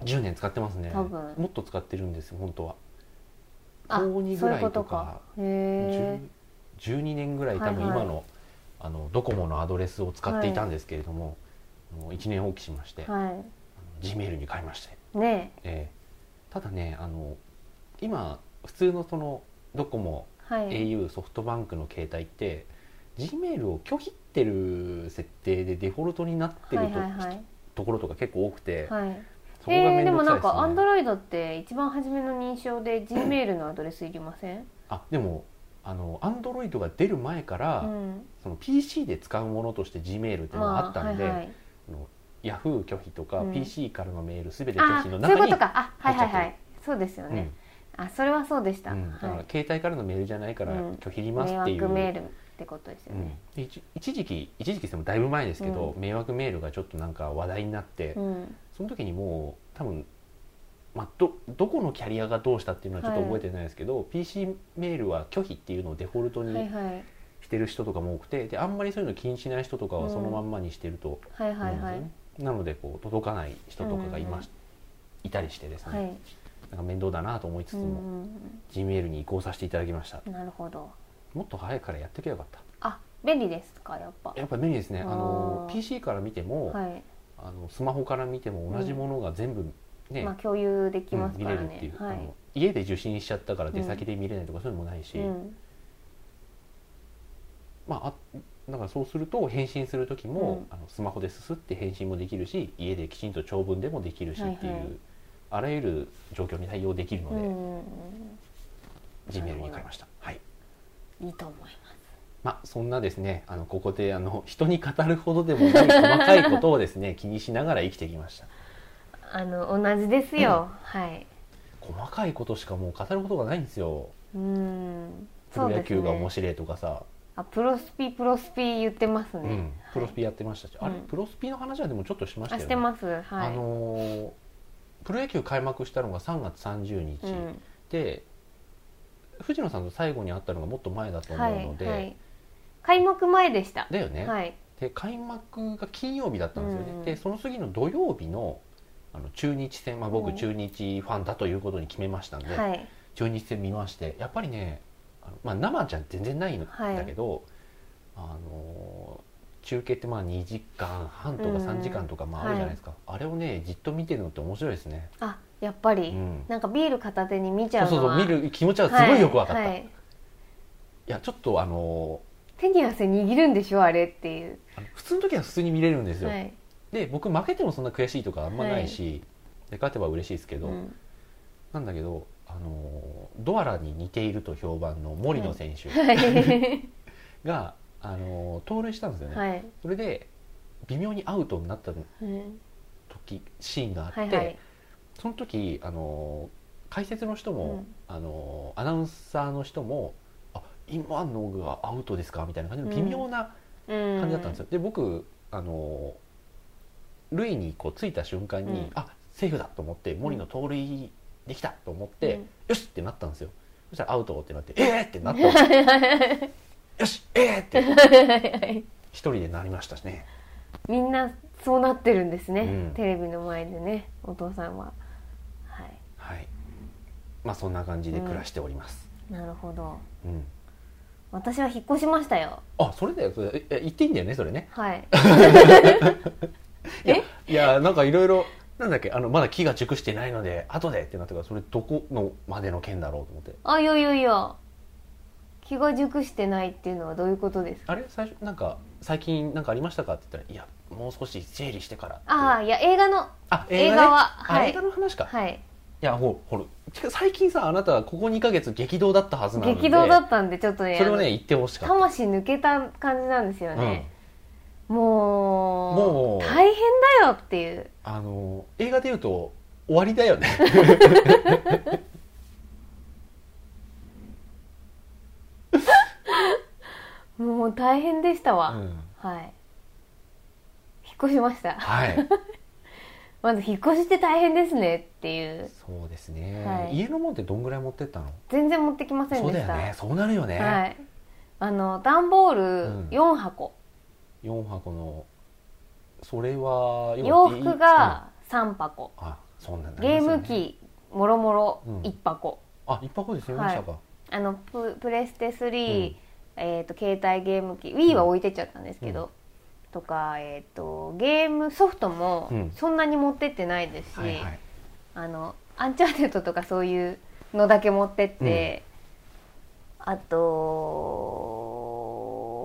Speaker 1: 10年使ってますね
Speaker 2: 多分
Speaker 1: もっと使ってるんです本当は
Speaker 2: あ
Speaker 1: 高2ぐらいとか
Speaker 2: そういうこ
Speaker 1: 10 12年ぐらい多分
Speaker 2: はいはい
Speaker 1: 今の,、あのドコモのアドレスを使っていたんですけれども、もう1年放棄しまして、
Speaker 2: とかへえは
Speaker 1: G メールに変えまして
Speaker 2: いねえ
Speaker 1: えーただねあの今普通のそのドコモ、
Speaker 2: はい、
Speaker 1: au ソフトバンクの携帯って G メールを拒否ってる設定でデフォルトになってる
Speaker 2: は
Speaker 1: と,、
Speaker 2: いはいはい
Speaker 1: ところとか結構多くて、
Speaker 2: はい
Speaker 1: そこが
Speaker 2: えー、
Speaker 1: 面
Speaker 2: でも
Speaker 1: 倒くさ
Speaker 2: ないん
Speaker 1: ですね
Speaker 2: かアンドロイドって一番初めの認証で G メールのアドレスいりません、
Speaker 1: あでもあの Android が出る前から、
Speaker 2: うん、
Speaker 1: その PC で使うものとして G メールっていうのがあったんで、
Speaker 2: はいはい、
Speaker 1: あの Yahoo 拒否とか、
Speaker 2: うん
Speaker 1: PC からのメール全て拒
Speaker 2: あ
Speaker 1: 否の
Speaker 2: そうい
Speaker 1: 中
Speaker 2: うこ
Speaker 1: に
Speaker 2: とかあはいはいは
Speaker 1: 入っちゃ
Speaker 2: いそうですよ
Speaker 1: うん
Speaker 2: ね、あそれはそうでした、
Speaker 1: うんだから
Speaker 2: はい、
Speaker 1: 携帯からのメールじゃないから
Speaker 2: うん
Speaker 1: 拒否ります
Speaker 2: 迷
Speaker 1: っていう、
Speaker 2: 惑メールってことですよね、
Speaker 1: うん、一一時期一時期でもだいぶ前ですけど、迷惑メールがちょっとなんか話題になって、
Speaker 2: うん
Speaker 1: その時にもう多分、まあ、どどこのキャリアがどうしたっていうのはちょっと覚えてないですけど、PC メールは拒否っていうのをデフォルト
Speaker 2: はい
Speaker 1: に
Speaker 2: はい
Speaker 1: してる人とかも多くてであんまりそういうの気にしない人とかはそのまんまにしてると
Speaker 2: はい
Speaker 1: 思
Speaker 2: は
Speaker 1: うんで
Speaker 2: い
Speaker 1: すよ
Speaker 2: は
Speaker 1: ね、
Speaker 2: い
Speaker 1: なのでこう届かない人とかがいまし、いたりしてですね、
Speaker 2: はい
Speaker 1: なんか面倒だなと思いつつ
Speaker 2: うんう
Speaker 1: も、
Speaker 2: ん
Speaker 1: G メールに移行させていただきました
Speaker 2: うんなるほど
Speaker 1: もっと早くからやっておけばよかっ
Speaker 2: あ便利ですかやっぱ
Speaker 1: たやっぱ便利ですねあの
Speaker 2: あー
Speaker 1: PC から見ても、
Speaker 2: はい
Speaker 1: あのスマホから見ても同じものが全部ね、
Speaker 2: まあ共有でき
Speaker 1: うん
Speaker 2: ます
Speaker 1: 見
Speaker 2: か
Speaker 1: れ
Speaker 2: ら
Speaker 1: るってい
Speaker 2: ね
Speaker 1: う、
Speaker 2: は
Speaker 1: あ
Speaker 2: い
Speaker 1: の家で受信しちゃったから出先で見れないとかそういうのもないし、
Speaker 2: うん
Speaker 1: まああだからそうすると返信する時も、
Speaker 2: う
Speaker 1: あのスマホですすって返信もできるし家できちんと長文でもできるしっていう、
Speaker 2: はいはい
Speaker 1: あらゆる状況に対応できるの
Speaker 2: うん
Speaker 1: で、
Speaker 2: うん
Speaker 1: G メールに変えました。はい
Speaker 2: うんいいと思います
Speaker 1: まあ、そんなですねあのここであの人に語るほどでもない細かいことをです ね気にしながら生きてきました
Speaker 2: あの同じですよ、はい
Speaker 1: 細かいことしかもう語ることがないんですよ
Speaker 2: うん
Speaker 1: プロ野球が面
Speaker 2: 白い
Speaker 1: 白いとかさ、
Speaker 2: あプロスピプロスピ言ってますね、
Speaker 1: うん、プロスピやってましたし、あれ
Speaker 2: うん
Speaker 1: プロスピの話はでもちょっとしました
Speaker 2: あ
Speaker 1: よね
Speaker 2: してますはい
Speaker 1: あのープロ野球開幕したのが3月30日、
Speaker 2: うん
Speaker 1: で藤野さんと最後に会ったのがもっと前だと思うので、
Speaker 2: はいはい、開幕前でした、
Speaker 1: だよね、
Speaker 2: はい
Speaker 1: で開幕が金曜日だったんですよね、
Speaker 2: うん
Speaker 1: でその次の土曜日のあの中日戦、まあ、
Speaker 2: う
Speaker 1: 僕
Speaker 2: ん
Speaker 1: 中日ファンだということに決めましたんで、
Speaker 2: はい
Speaker 1: 中日戦見ましてやっぱりねあの、まあ、生じゃ全然ないん
Speaker 2: はい
Speaker 1: だけど、あの中継ってまあ2時間半とか
Speaker 2: うん
Speaker 1: 3時間とかまああるじゃないですか、あれをねじっと見てるのって面白いですね、
Speaker 2: あやっぱり、
Speaker 1: うん
Speaker 2: なんかビール片手に見ち
Speaker 1: そ
Speaker 2: ゃ
Speaker 1: う
Speaker 2: う
Speaker 1: そう
Speaker 2: の
Speaker 1: そう
Speaker 2: は
Speaker 1: 見る気持ちはすごいよくわかった、
Speaker 2: はいいはい
Speaker 1: やちょっとあの
Speaker 2: 手に汗握るんでしょあれっていう、
Speaker 1: あの普通の時は普通に見れるんですよ、
Speaker 2: はい
Speaker 1: で僕負けてもそんな悔しいとかあんまないし、で勝てば嬉しいですけど、
Speaker 2: うん
Speaker 1: なんだけどあのドアラに似ていると評判の森野選手
Speaker 2: はい
Speaker 1: が、あの盗塁したんですよね、
Speaker 2: はい、
Speaker 1: それで微妙にアウトになった
Speaker 2: うん
Speaker 1: 時シーンがあって、
Speaker 2: はいはい
Speaker 1: その時あの解説の人も、あのアナウンサーの人も「あ今のがアウトですか?」みたいな感じの微妙な
Speaker 2: うん
Speaker 1: 感じだったんですよ、で僕あの塁にこう着いた瞬間に、
Speaker 2: うん
Speaker 1: あセーフだと思って森の盗塁できたと思って、
Speaker 2: うん
Speaker 1: よしってなったんですよそしたらアウトって なって「えー!」ってなったんですよよしえー!」って一 人でなりましたしね
Speaker 2: みんなそうなってるんですね、
Speaker 1: うん
Speaker 2: テレビの前でねお父さんははい
Speaker 1: はいまあそんな感じで暮らしております、
Speaker 2: なるほど
Speaker 1: うん
Speaker 2: 私は引っ越しましたよ
Speaker 1: あそれだよそれええ言っていいんだよねそれね
Speaker 2: はい
Speaker 1: いやいやなんかいろいろなんだっけあのまだ木が熟してないので後でってなってからそれどこのまでの件だろうと思って
Speaker 2: あいやいやいや気が熟してないっていうのはどういうことですか
Speaker 1: あれ最初なんか最近なんかありましたかって言ったら「いやもう少し整理してからって」
Speaker 2: ああいや映画の
Speaker 1: あ
Speaker 2: 映画
Speaker 1: ね
Speaker 2: は
Speaker 1: あ
Speaker 2: はい
Speaker 1: 映画の話か、い、
Speaker 2: はい
Speaker 1: やほほらてか最近さあなたここ2か月激動だったはずなんで
Speaker 2: 激動だったんでちょっとね
Speaker 1: それをね言ってほし
Speaker 2: あ
Speaker 1: か
Speaker 2: の
Speaker 1: っ
Speaker 2: 魂抜けた感じなんですよ
Speaker 1: た、
Speaker 2: ね、もう
Speaker 1: もう
Speaker 2: 大変だよっていう
Speaker 1: うん、あの映画でいうと終わりだよね
Speaker 2: もう大変でした
Speaker 1: う
Speaker 2: わ、
Speaker 1: ん
Speaker 2: はい引っ越しました
Speaker 1: はい
Speaker 2: まず引っ越しって大変ですねっていう
Speaker 1: そうですね、
Speaker 2: はい
Speaker 1: 家のもんってどんぐらい持ってったの
Speaker 2: 全然持ってきません
Speaker 1: そう
Speaker 2: で
Speaker 1: だ
Speaker 2: し
Speaker 1: よ
Speaker 2: た、
Speaker 1: ねそうなるよね、
Speaker 2: はいあの段ボ
Speaker 1: う
Speaker 2: ー
Speaker 1: ん
Speaker 2: ル4箱、
Speaker 1: 4箱のそれは
Speaker 2: 洋服、が3箱、
Speaker 1: うんあそんなんなり
Speaker 2: ゲ
Speaker 1: ま
Speaker 2: ー
Speaker 1: すよね
Speaker 2: ム機もろもろ
Speaker 1: うん
Speaker 2: 1箱、
Speaker 1: あ一箱で済みましたか、
Speaker 2: あのププレステ3、
Speaker 1: うん
Speaker 2: えー、と携帯ゲーム機 Wii は置いてっちゃったんですけど、とか、えー、とゲームソフトも
Speaker 1: うん
Speaker 2: そんなに持ってってないですし、
Speaker 1: はいはい
Speaker 2: あのアンチャーテッドとかそういうのだけ持ってって、あと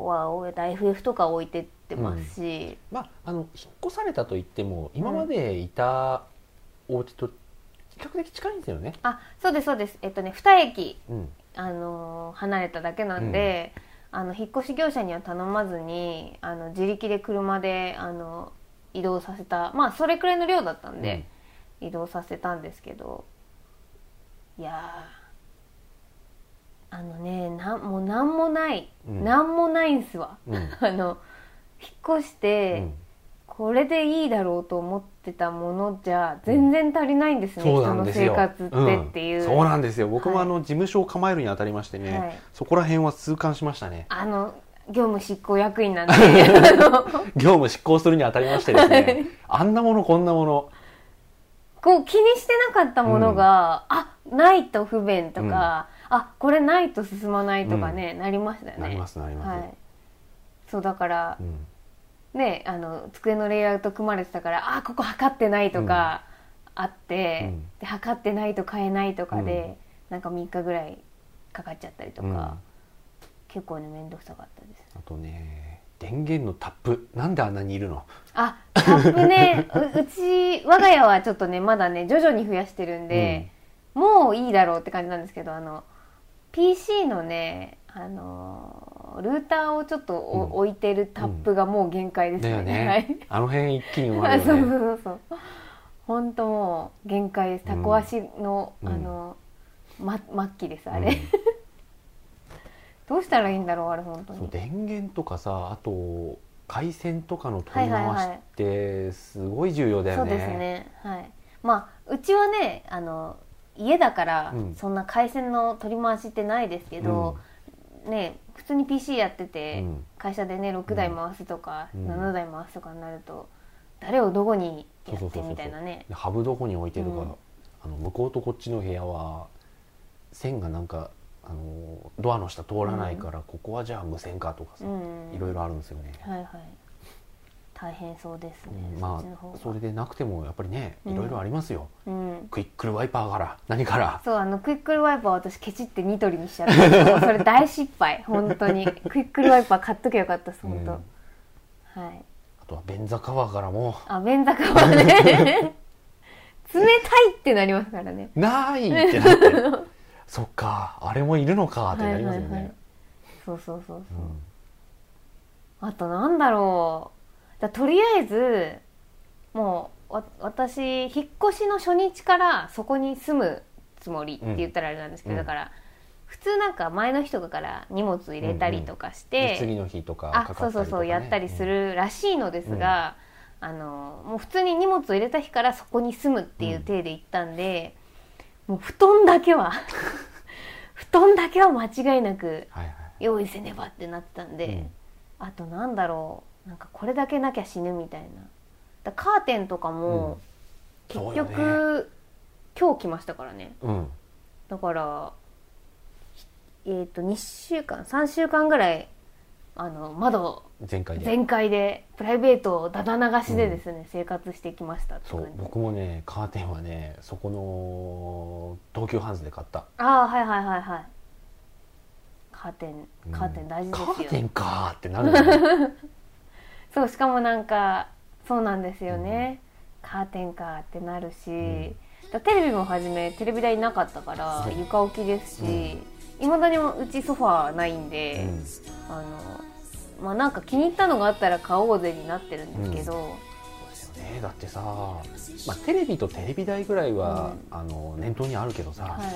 Speaker 2: はお FF とか置いてってますし、
Speaker 1: まああの引っ越されたといっても今までいたお家と比較的近いんですよね、
Speaker 2: あそうですそうですえっとね2駅、
Speaker 1: うん、
Speaker 2: あのー離れただけなんで、あの引っ越し業者には頼まずにあの自力で車であの移動させたまあそれくらいの量だったんで。移動させたんですけどいやーあのねなんもう何もない、
Speaker 1: うん
Speaker 2: なんもないんすわ
Speaker 1: うん、うん
Speaker 2: あの引っ越して、
Speaker 1: うん
Speaker 2: これでいいだろうと思ってたものじゃ全然足りないんですね、
Speaker 1: そうな
Speaker 2: 人
Speaker 1: ん
Speaker 2: の
Speaker 1: です
Speaker 2: 生
Speaker 1: よ
Speaker 2: 活ってっていう、
Speaker 1: んそうなんですよ僕も
Speaker 2: はい
Speaker 1: あの事務所を構えるにあたりましてね、
Speaker 2: はい
Speaker 1: そこら辺は痛感しましたね
Speaker 2: あの業務執行役員なんで あの
Speaker 1: 業務執行するにあたりましてですねあんなものこんなもの
Speaker 2: こう気にしてなかったものが、あないと不便とか、
Speaker 1: うん
Speaker 2: あこれないと進まないとかね、なりましたよね
Speaker 1: なりますなります、
Speaker 2: はい、そうだから
Speaker 1: う、ん
Speaker 2: ねあの机のレイアウト組まれてたからあここ測ってないとかあって、
Speaker 1: うん
Speaker 2: で測ってないと買えないとかで、なんか3日ぐらいかかっちゃったりとか、
Speaker 1: うん
Speaker 2: 結構ね面倒くさかったです
Speaker 1: あとね電源のタップなんであんなにい るの
Speaker 2: あタップねう うち我が家はちょっとねまだね徐々に増やしてるんで、もういいだろうって感じなんですけどあの PC のねあのールーターをちょっとお
Speaker 1: うん
Speaker 2: 置いてるタップがもう限界です
Speaker 1: だよ
Speaker 2: ね。は
Speaker 1: ね
Speaker 2: い
Speaker 1: あの辺一気に埋ま
Speaker 2: あ
Speaker 1: る
Speaker 2: そ
Speaker 1: よ
Speaker 2: う
Speaker 1: ね
Speaker 2: そうそうそう本当もう限界ですタコ足の、
Speaker 1: うん
Speaker 2: あの、ま、末期ですあ
Speaker 1: う
Speaker 2: れ、
Speaker 1: ん
Speaker 2: どうしたらいいんだろうあれ本当
Speaker 1: そう
Speaker 2: に
Speaker 1: 電源とかさあと回線とかの
Speaker 2: は
Speaker 1: 取
Speaker 2: い
Speaker 1: り
Speaker 2: はいはい
Speaker 1: 回しってすごい重要だ
Speaker 2: そ
Speaker 1: よ
Speaker 2: う
Speaker 1: ね。
Speaker 2: ですねはいまあうちはねあの家だから、
Speaker 1: うん
Speaker 2: そんな回線の取り回しってないですけど、ね普通に PC やって
Speaker 1: う
Speaker 2: て、
Speaker 1: ん
Speaker 2: 会社でね6台回すとか、
Speaker 1: うん
Speaker 2: 7台回すとかになると誰をどこにや
Speaker 1: そうそ
Speaker 2: って
Speaker 1: うそうそう
Speaker 2: みたいなね
Speaker 1: でハブどこに置いてるか、
Speaker 2: うん
Speaker 1: あの向こうとこっちの部屋は線がなんかあのドアの下通らないから、ここはじゃあ無線かとかさ、
Speaker 2: うん
Speaker 1: いろいろあるんですよね。
Speaker 2: はいはい大変そうですね、
Speaker 1: うん
Speaker 2: そっ
Speaker 1: ま
Speaker 2: ちの方が
Speaker 1: あそれでなくてもやっぱりね
Speaker 2: うん
Speaker 1: いろいろありますよ、
Speaker 2: うん
Speaker 1: クイックルワイパーから何から
Speaker 2: そうあのクイックルワイパー私ケチってニトリにしちゃったんですけどそれ大失敗本当にクイックルワイパー買っときゃよかったです本当、はい
Speaker 1: あとは便座カバーからも
Speaker 2: あ便座カバー ね冷たいってなりますからね
Speaker 1: 「ない!」ってなって そっかあれもいるのかってなりますよね。
Speaker 2: はいはいはいそうそうそうそう、
Speaker 1: うん
Speaker 2: あとなんだろうだとりあえずもうわ私引っ越しの初日からそこに住むつもりって言ったらあれなんですけど、
Speaker 1: うん
Speaker 2: だから普通なんか前の日とかから荷物入れたりとかして、
Speaker 1: 次の日とか
Speaker 2: あ
Speaker 1: かか
Speaker 2: そ
Speaker 1: っ
Speaker 2: うそ
Speaker 1: た
Speaker 2: う
Speaker 1: りとかね
Speaker 2: そうやったりするらしいのですが、あのもう普通に荷物を入れた日からそこに住むっていう体で行ったんで、もう布団だけは 布団だけは間違いなく
Speaker 1: うんはいはい
Speaker 2: 用意せねばってなってたんで、
Speaker 1: うん
Speaker 2: あとなんだろうなんかこれだけなきゃ死ぬみたいなだカーテンとかも
Speaker 1: うん
Speaker 2: 結
Speaker 1: そうよ
Speaker 2: 局、今日来ましたからね
Speaker 1: うん
Speaker 2: だからえっ、と2週間3週間ぐらいあの窓
Speaker 1: 前回で
Speaker 2: 全開でプライベートをだだ流しでですね、生活してきましたって
Speaker 1: そ
Speaker 2: 感
Speaker 1: う
Speaker 2: じ
Speaker 1: 僕もねカーテンはねそこの東急ハンズで買った
Speaker 2: ああはいはいはいはいカーテンカーテン大事ですよ、
Speaker 1: カーテンかーってなるよね
Speaker 2: そうしかもなんかそうなんですよね、カーテンかってなるし、
Speaker 1: ん
Speaker 2: だテレビもはじめテレビ台なかったから
Speaker 1: そう
Speaker 2: 床置きです
Speaker 1: う
Speaker 2: しいま、未だにもうちソファーないんで、あのまあなんか気に入ったのがあったら買おうぜになってるんですけど、
Speaker 1: ねだってさ、まあ、テレビとテレビ台ぐらいは、あの念頭にあるけどさ、
Speaker 2: はい、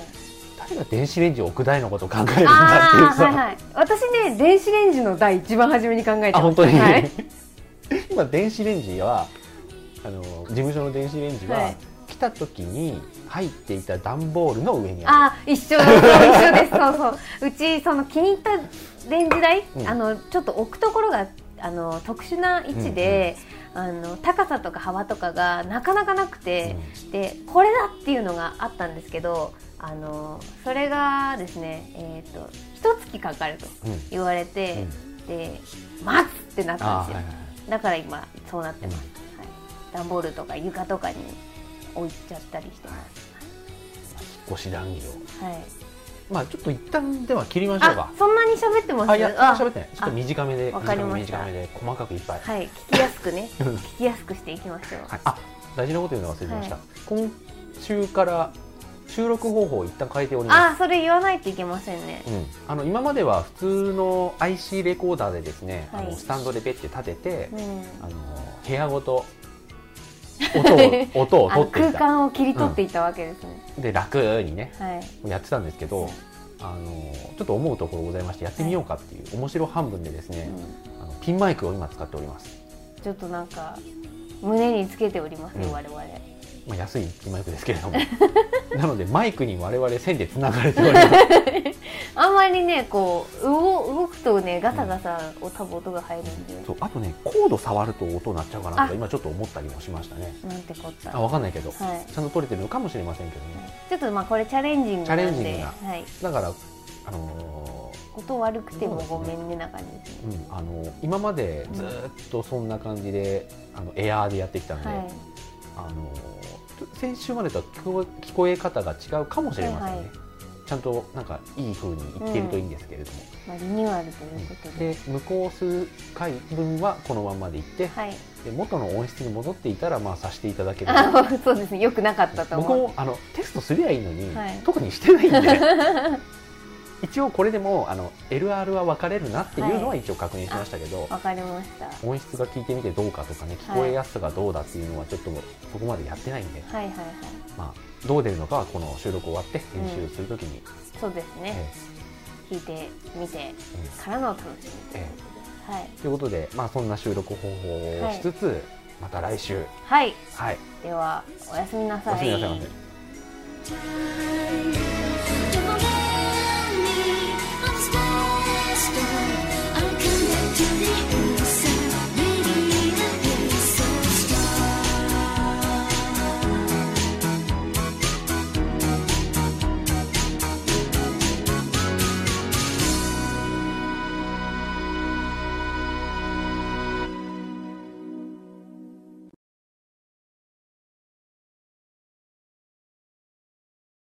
Speaker 1: 誰が電子レンジを置く台のことを考えるんだっていう
Speaker 2: ああ
Speaker 1: さ、
Speaker 2: はいはい私ね電子レンジの台一番初めに考えてま
Speaker 1: あ
Speaker 2: す
Speaker 1: 本当に、
Speaker 2: はい
Speaker 1: 今電子レンジはあの事務所の電子レンジは、
Speaker 2: はい
Speaker 1: 来た時に入っていた段ボールの上にあ
Speaker 2: あ一緒ですそう一緒ですそうそううちその気に入ったレンジ台、
Speaker 1: うん
Speaker 2: あのちょっと置くところがあの特殊な位置で、あの高さとか幅とかがなかなかなく
Speaker 1: る、
Speaker 2: て、でこれだっていうのがあったんですけどあのそれがですねえっ、と一月かかると
Speaker 1: うんうん
Speaker 2: 言われて、で待つってなった
Speaker 1: あ
Speaker 2: ん
Speaker 1: ー
Speaker 2: です
Speaker 1: はい
Speaker 2: よ、
Speaker 1: はいはい
Speaker 2: だから今そうなってます、はい、段ボールとか床とかに置いちゃったりしてます、
Speaker 1: 引っ越し談義を
Speaker 2: はい
Speaker 1: まあちょっと一旦では切りましょう
Speaker 2: あ
Speaker 1: か、
Speaker 2: そんなに喋ってます
Speaker 1: あいや
Speaker 2: あ
Speaker 1: 喋ってないちょっと短めで
Speaker 2: わかりました
Speaker 1: 短め短めで細かくいっぱい、
Speaker 2: はい、聞きやすく ね
Speaker 1: うん
Speaker 2: 聞きやすくしていきましょう
Speaker 1: はい、あ大事なこと言うの忘れてました、
Speaker 2: は
Speaker 1: 今週から収録方法を一旦変えております
Speaker 2: あそれ言わないといけませんね
Speaker 1: うん、あの今までは普通の IC レコーダーでですね、
Speaker 2: はい
Speaker 1: あのスタンドでペッて立てて、
Speaker 2: うん
Speaker 1: あの部屋ごと音 を音を
Speaker 2: あ
Speaker 1: 取っ
Speaker 2: の
Speaker 1: てい
Speaker 2: 空
Speaker 1: た
Speaker 2: 間を切り取っていたわけですね、
Speaker 1: で楽にね
Speaker 2: はい
Speaker 1: やってたんですけどあのちょっと思うところございましてやってみようかっていう面白半分でですね、
Speaker 2: う
Speaker 1: あのピンマイクを今使っております、
Speaker 2: んちょっとなんか胸につけておりますよ、
Speaker 1: うん
Speaker 2: 我々
Speaker 1: まあ、安いピンマイクですけれども なのでマイクに我々線でつながれております
Speaker 2: あんまりねこう動動くとねガサガサを多分音が入るんで、
Speaker 1: そうあとねコード触ると音鳴っちゃうかなとか
Speaker 2: あ
Speaker 1: 今ちょっと思ったりもしましたね
Speaker 2: なんてこった
Speaker 1: あ分かんないけど、
Speaker 2: はい
Speaker 1: ちゃんと取れてるのかもしれませんけどね、
Speaker 2: ちょっとまあこれチャレンジングなんで
Speaker 1: チャレンジングな
Speaker 2: はい、
Speaker 1: だから、あの
Speaker 2: 音悪くても
Speaker 1: そ
Speaker 2: ご
Speaker 1: うですね
Speaker 2: めんねな感じです
Speaker 1: ー
Speaker 2: ね
Speaker 1: うんあの今までずーっとそんな感じで、あのエアーでやってきたんで、
Speaker 2: はい
Speaker 1: あのーちょ先週までとは聞こ聞こえ方が違うかもしれませんね、
Speaker 2: はいはい
Speaker 1: ちゃんとなんかいい風に言ってるといいんですけれども、
Speaker 2: まあ、リニューアルということで、
Speaker 1: で向こう数回分はこのままでいって、
Speaker 2: はい
Speaker 1: で元の音質に戻っていたらまあさせていただけ れば
Speaker 2: あそうですねよくなかったと
Speaker 1: 僕
Speaker 2: 思う
Speaker 1: もあのテストすりゃいいのに、
Speaker 2: はい
Speaker 1: 特にしてないんで 一応これでもあの LR は分かれるなっていうのは一応確認しましたけど、
Speaker 2: わかりましたは
Speaker 1: 音質が聞いてみてどうかとかね聞こえやすさがどうだっていうのはちょっとそこまでやってないんで、
Speaker 2: いはいはい
Speaker 1: まあ、どう出るのかはこの収録終わって編集するときに、
Speaker 2: そうです
Speaker 1: え
Speaker 2: ね、
Speaker 1: え
Speaker 2: 聞いてみて
Speaker 1: ええ
Speaker 2: からのお楽しみという
Speaker 1: え
Speaker 2: ことではい
Speaker 1: ということで、まあ、そんな収録方法をしつつ、また来週、
Speaker 2: はい
Speaker 1: はい、
Speaker 2: ではおやすみな
Speaker 1: お
Speaker 2: さ
Speaker 1: やすみなさいませ。
Speaker 2: い